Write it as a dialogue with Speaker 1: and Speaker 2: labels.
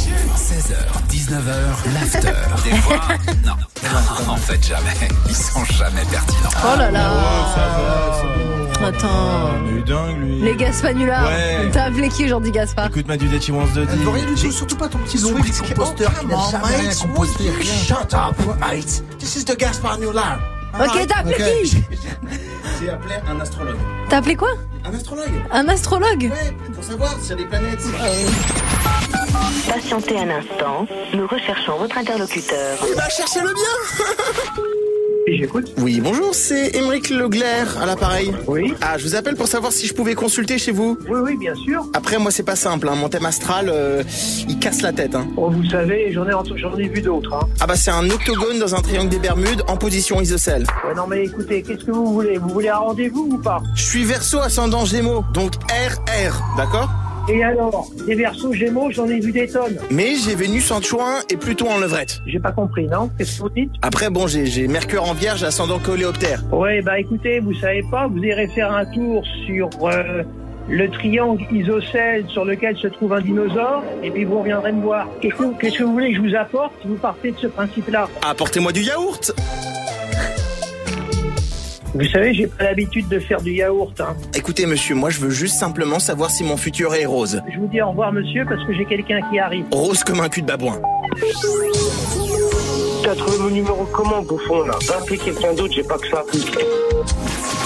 Speaker 1: 16h, 19h, l'after. Oh, Des fois, non. En fait, jamais. Ils sont jamais pertinents.
Speaker 2: Oh là là
Speaker 3: Ah, Ça va, c'est bon.
Speaker 2: Attends.
Speaker 3: Ah, mais il est dingue, lui.
Speaker 2: Les Gaspanulars
Speaker 3: Ouais.
Speaker 2: T'as appelé qui aujourd'hui, Gaspard
Speaker 3: Écoute, ma dudette, she wants the
Speaker 4: Elle veut
Speaker 3: deal.
Speaker 4: rien du tout, surtout pas ton petit Swift composteur qui n'a jamais rien composé, rien. Shut up, mate. This is the Gaspar Noulard.
Speaker 2: Ok, t'as appelé
Speaker 4: ok.
Speaker 2: qui
Speaker 3: J'ai appelé un astrologue.
Speaker 2: T'as appelé quoi
Speaker 3: Un astrologue
Speaker 2: Un astrologue
Speaker 3: Ouais, pour savoir s'il y a des planètes.
Speaker 5: Patientez un instant, nous recherchons votre interlocuteur.
Speaker 4: Eh ben, cherchez le bien J'écoute. Oui, bonjour, c'est Émeric Leglaire à l'appareil.
Speaker 6: Oui,
Speaker 4: Ah, je vous appelle pour savoir si je pouvais consulter chez vous.
Speaker 6: oui, oui, bien sûr.
Speaker 4: Après, moi, c'est pas simple, hein. mon thème astral, euh, il casse la tête. Hein.
Speaker 6: Oh, vous savez, j'en ai, ent- j'en ai vu d'autres. Hein.
Speaker 4: Ah bah, c'est un octogone dans un triangle des Bermudes en position isocèle.
Speaker 6: Ouais, non, mais écoutez, qu'est-ce que vous voulez Vous voulez un rendez-vous ou pas
Speaker 4: Je suis verso ascendant gémeaux, donc RR, d'accord
Speaker 6: Et alors, des versos Gémeaux, j'en ai vu des tonnes.
Speaker 4: Mais j'ai Vénus en Chouin et plutôt en levrette.
Speaker 6: J'ai pas compris, non Qu'est-ce que vous dites
Speaker 4: Après, bon, j'ai j'ai Mercure en vierge, ascendant coléoptère.
Speaker 6: Ouais, bah écoutez, vous savez pas, vous irez faire un tour sur euh, le triangle isocèle sur lequel se trouve un dinosaure, et puis vous reviendrez me voir. Qu'est-ce que, qu'est-ce que vous voulez que je vous apporte si vous partez de ce principe-là
Speaker 4: Apportez-moi Ah, du yaourt
Speaker 6: Vous savez, j'ai pas l'habitude de faire du yaourt. Hein.
Speaker 4: Écoutez, monsieur, moi, je veux juste simplement savoir si mon futur est rose.
Speaker 6: Je vous dis au revoir, monsieur, parce que j'ai quelqu'un qui arrive.
Speaker 4: Rose comme un cul de babouin.
Speaker 7: T'as trouvé mon numéro comment, bouffon, là Va appeler quelqu'un d'autre, j'ai pas que ça.